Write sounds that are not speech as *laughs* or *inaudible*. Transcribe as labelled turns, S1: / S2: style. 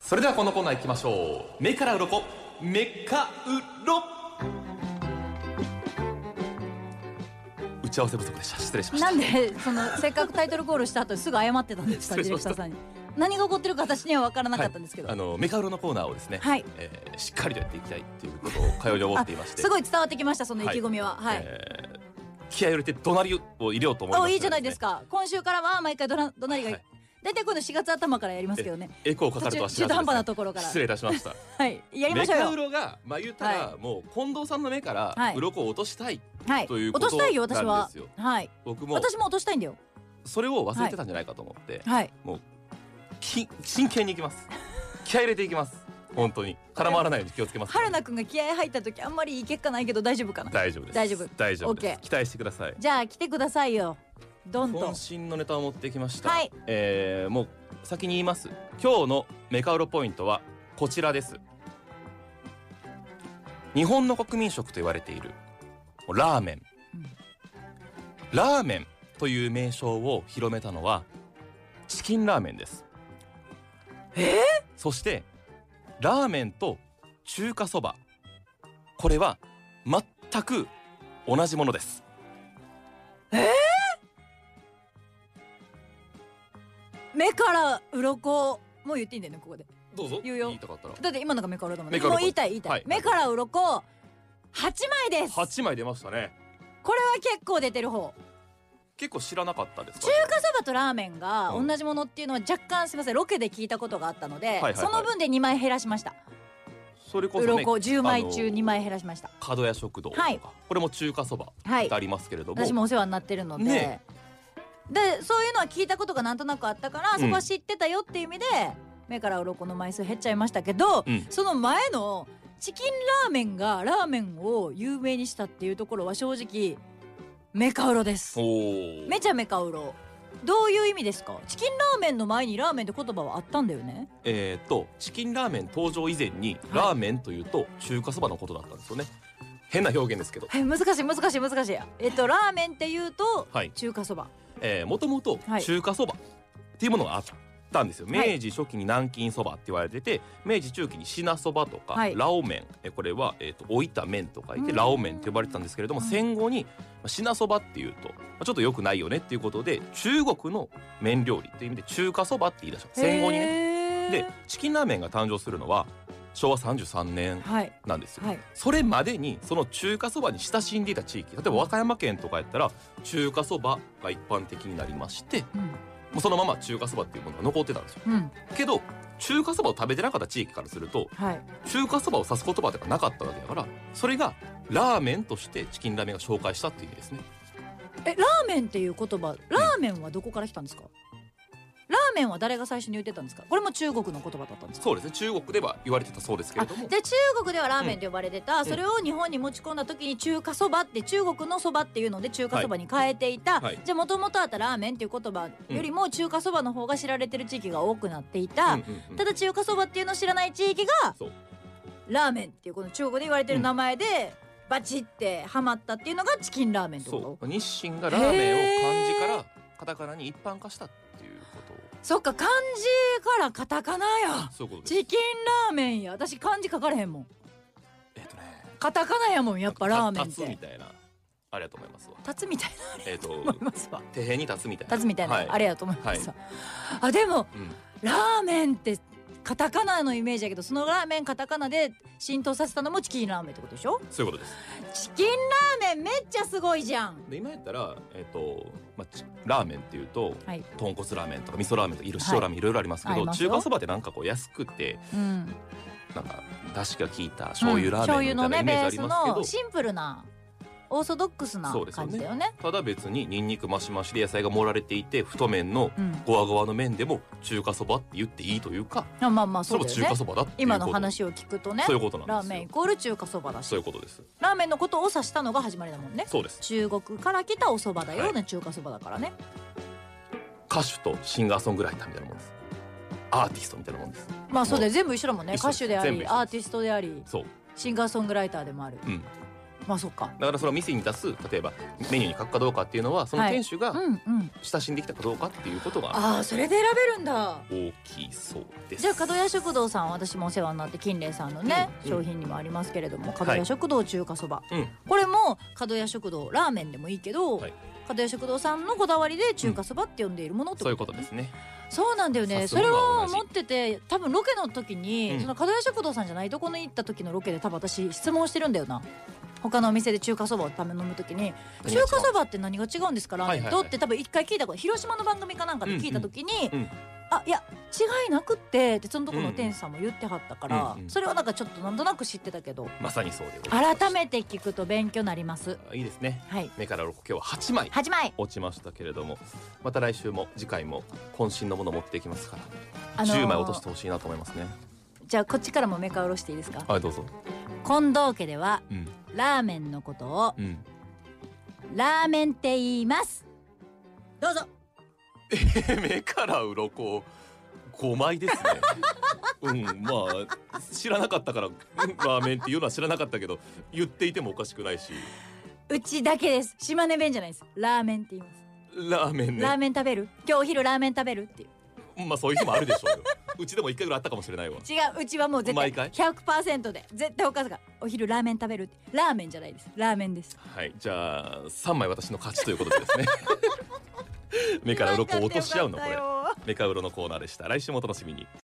S1: それではこのコーナー行きましょう目から鱗目かうろ打ち合わせ不足でした失礼しました
S2: なんでそのせっかくタイトルコールした後すぐ謝ってたんです
S1: 失
S2: か
S1: 礼
S2: ディ
S1: し
S2: レ
S1: ま
S2: ク
S1: した
S2: ターさんに何が起こってるか私には分からなかったんですけど、
S1: はいあのメカウロのコーナーをですね、
S2: はい
S1: えーしっかりとやっていきたいということを通いに思っていまして
S2: すごい伝わってきましたその意気込みははい、
S1: えー気合を入れて怒鳴りを入れようと思います
S2: おいいじゃないですか今週からは毎回どなどなりが、
S1: はい
S2: 大体今度4月頭からやりますけどね
S1: エコーかかるとは知らず
S2: 中途半端なところから
S1: 失礼いたしました
S2: はいやりま
S1: メ
S2: しょう
S1: カウ
S2: よ
S1: ロがまあ言ったら、
S2: は
S1: もう近藤さんの目から
S2: はい
S1: 鱗を落としたい、
S2: はい
S1: というこ
S2: 落
S1: と
S2: としたいよ私
S1: なん
S2: は
S1: ですよ
S2: はい
S1: 僕も
S2: 私も落としたいんだよ
S1: それを忘れてたんじゃないかと思って、
S2: はい
S1: き真剣にいきます気合い入れていきます本当に絡まらないように気をつけます
S2: 春菜くんが気合入った時あんまりいい結果ないけど大丈夫かな
S1: 大丈夫です
S2: 大丈夫
S1: 大丈夫です
S2: OK
S1: 期待してください
S2: じゃあ来てくださいよどんと
S1: 渾身のネタを持ってきました、
S2: はい
S1: えーもう先に言います今日のメカウロポイントはこちらです日本の国民食と言われているラーメン、
S2: うん
S1: ラーメンという名称を広めたのはチキンラーメンです
S2: え
S1: そしてラーメンと中華そばこれは全く同じものです
S2: 目から鱗もう言っていいんだよねここで
S1: どうぞ
S2: 言うよ
S1: いたかったら
S2: だって今のが目からだもんね
S1: 目から鱗
S2: もう言いたい言いたい、
S1: はい
S2: 目から鱗八枚です
S1: 8枚出ましたね
S2: これは結構出てる方
S1: 結構知らなかったですか
S2: 中華そばとラーメンが
S1: うん
S2: 同じものっていうのは若干すみませんロケで聞いたことがあったので、
S1: いはいはい
S2: その分で2枚減らしました
S1: それこそ、ね、
S2: 鱗10枚
S1: あ
S2: 中
S1: の
S2: 2枚減らしました
S1: 角屋食堂とか、
S2: はい
S1: これも中華そば
S2: は
S1: っ
S2: い
S1: てありますけれども,、
S2: 私もお世話になってるので、
S1: ね
S2: でそういうのは聞いたことがなんとなくあったから、
S1: ん
S2: そこは知ってたよっていう意味で目から鱗の枚数減っちゃいましたけど、
S1: うん
S2: その前のチキンラーメンがラーメンを有名にしたっていうところは正直メカウロです
S1: おお
S2: めちゃメカウロどういう意味ですかチキンラーメンの前にラーメンって言葉はあったんだよね
S1: えー、とチキンラーメン登場以前に、ラーメンというと中華そばのことだったんですよね変な表現ですけど
S2: え難しい難しい難しいえっとラーメンっていうと
S1: はい
S2: 中華そば
S1: えーもともと
S2: はい
S1: 中華そばっていうものがあったんですよ、
S2: はい
S1: 明治初期に南京そばって言われてて明治中期に品そばとか、
S2: はい
S1: ラオ麺えーこれは、えー、と置いた麺と書いて
S2: うん
S1: ラオ麺って呼ばれてたんですけれども
S2: うん
S1: 戦後にまあ品そばっていうとまあちょっと良くないよねっていうことで中国の麺料理っていう意味で中華そばって言い出した戦後にね。
S2: ね
S1: でチキンラーメンが誕生するのは昭和33年
S2: はい
S1: なんですよ。
S2: はい
S1: それまでにその中華そばに親しんでいた地域例えば和歌山県とかやったら中華そばが一般的になりまして
S2: うん
S1: もうそのまま中華そばっていうものが残ってたんですよ
S2: うん
S1: けど中華そばを食べてなかった地域からすると
S2: はい
S1: 中華そばを指す言葉ではなかったわけだからそれがラーメンとしてチキンラーメンが紹介したっていう意味ですね
S2: えラーメンっていう言葉ラーメンはどこから来たんですか、ラーメンは誰が最初に言ってたんですかこれも中国の言葉だったんですか
S1: そうですね中国では言われてたそうですけ
S2: あ
S1: れ
S2: じ
S1: ども
S2: ゃあ中国ではラーメンと呼ばれてた、
S1: ん
S2: それを日本に持ち込んだ時に中華そばって中国のそばっていうので中華そばに変えていた、
S1: はい
S2: じゃあもともとあったラーメンっていう言葉よりも中華そばの方が知られてる地域が多くなっていた、
S1: うんうんうん
S2: ただ中華そばっていうのを知らない地域が
S1: そう
S2: ラーメンっていうこの中国で言われてる名前でバチってハマったっていうのがチキンラーメンってこと
S1: そう日清がラーメンを漢字からカタカナに一般化したっていうこと
S2: そっか漢字からカタカナや
S1: そういうことです
S2: チキンラーメンや私漢字書かれへんもん
S1: えっとね
S2: カタカナやもんやっぱラーメンった
S1: 立つみ
S2: て
S1: たいなあれだと思いますわ
S2: 立つみたい
S1: えっと
S2: *laughs* な思いますわ
S1: 手平に立つみたいな
S2: 立つみたいな、
S1: はい
S2: あれやと思いますわ、あでも
S1: うん
S2: ラーメンってカタカナのイメージやけどそのラーメンカタカナで浸透させたのもチキンラーメンってことでしょ
S1: そういうことです
S2: チキンラーメンめっちゃすごいじゃん
S1: で今やったら、えっとまあ、ちラーメンっていうと
S2: はい、
S1: 豚骨ラーメンとか味噌ラーメンとか色々塩ラーメンいろいろありますけど、
S2: あります
S1: 中
S2: よ
S1: 華そばってなんかこう安くて
S2: うん、
S1: なんか出汁が効いた醤油ラーメンみたいなイメージあり
S2: うん醤油のねベースの
S1: ますけ
S2: シンプルなオーソドックスな
S1: そうですよ
S2: 感
S1: ね
S2: じだよね
S1: ど、ただ別にニンニクマシマシで野菜が盛られていて太麺の
S2: うん
S1: ゴワゴワの麺でも中華そばって言っていいというか
S2: あまあまあ
S1: そ
S2: そ
S1: れ
S2: う
S1: も
S2: だ
S1: 中
S2: よ
S1: 華
S2: ね
S1: そばだっていうこと
S2: 今の話を聞くとね
S1: そういうことな
S2: ラ
S1: ん
S2: ー
S1: です
S2: メン
S1: よ
S2: イコール中華そばだし
S1: そういうことです
S2: ラーメンのことを指したのが始まりだもんね
S1: そうです
S2: 中国から来たお蕎麦だよ
S1: は
S2: ね、
S1: い
S2: 中華そばだからね
S1: 歌手とシンガーソングライターみたいなもんですアーティストみたいなもんです
S2: まあそうだよ全部一緒だもんね
S1: 一緒
S2: 歌手であ
S1: 全部
S2: り
S1: 一緒です
S2: アーティストであり
S1: そう
S2: シンガーソングライターでもある
S1: うん
S2: まあそっか
S1: だからそれを店に出す例えばメニューに書くかどうかっていうのはその
S2: はい
S1: 店主が
S2: うんうん
S1: 親しんできたかどうかっていうことが
S2: ああそれで選べるんだ
S1: 大きいそうです。
S2: じゃあ角屋食堂さん私もお世話になって金蓮さんのね、
S1: うん
S2: 商品にもありますけれども角屋食堂中華そば、
S1: うん
S2: これも角屋食堂ラーメンでもいいけど、
S1: はい
S2: 角屋食堂さんのこだわりで中華そばって呼んでいるものって
S1: そういう
S2: こ
S1: こと
S2: だ
S1: と
S2: よ
S1: で
S2: ね
S1: すね。
S2: そうなんだよ
S1: さす
S2: ねそ
S1: が
S2: れ
S1: は
S2: を
S1: 同じ
S2: 思ってて多分ロケの時に、
S1: うん
S2: その角屋食堂さんじゃないとこの行った時のロケで多分私質問してるんだよな他のお店で中華そばを食べ飲む時に中華そばって何が違うんですかラーメンと、
S1: はいはいはい
S2: って多分一回聞いたこと広島の番組かなんかで聞いた時に、
S1: うんうんうん
S2: あいや違いなくってってそのとこの店主さんも言ってはったから、
S1: うんうん
S2: それはなんかちょっとなんとなく知ってたけど
S1: まさにそうでございます
S2: 改めて聞くと勉強になります
S1: いいですね。
S2: はい
S1: 目から鱗今日は八枚
S2: 始まい
S1: 落ちましたけれども、また来週も次回も渾身のもの持ってきますから、
S2: あ
S1: 十、
S2: のー
S1: 0枚落としてほしいなと思いますね。
S2: じゃあこっちからもメカ下ろしていいですか
S1: はいどうぞ。
S2: 近藤家では
S1: うん
S2: ラーメンのことを
S1: うん。
S2: ラーメンって言いますどうぞ
S1: 目から鱗五枚
S2: *laughs*
S1: ですね。うんまあ知らなかったからうんラーメンっていうのは知らなかったけど言っていてもおかしくないし、
S2: うちだけです島根弁じゃないですラーメンって言います、
S1: ラーメンね。
S2: ラーメン食べる今日お昼ラーメン食べるっていう
S1: まあそういう日もあるでしょうよ。うちでも一回ぐらいあったかもしれないわ。
S2: 違ううちはもう絶
S1: 毎
S2: 対
S1: 回
S2: 100%で絶対おかずがお昼ラーメン食べるってラーメンじゃないですラーメンです
S1: はい、じゃあ三枚私の勝ちということでです
S2: *laughs*
S1: ね。目から鱗を落とし合うのこれ。
S2: よ
S1: メカウロのコーナーでした。来週もお楽しみに。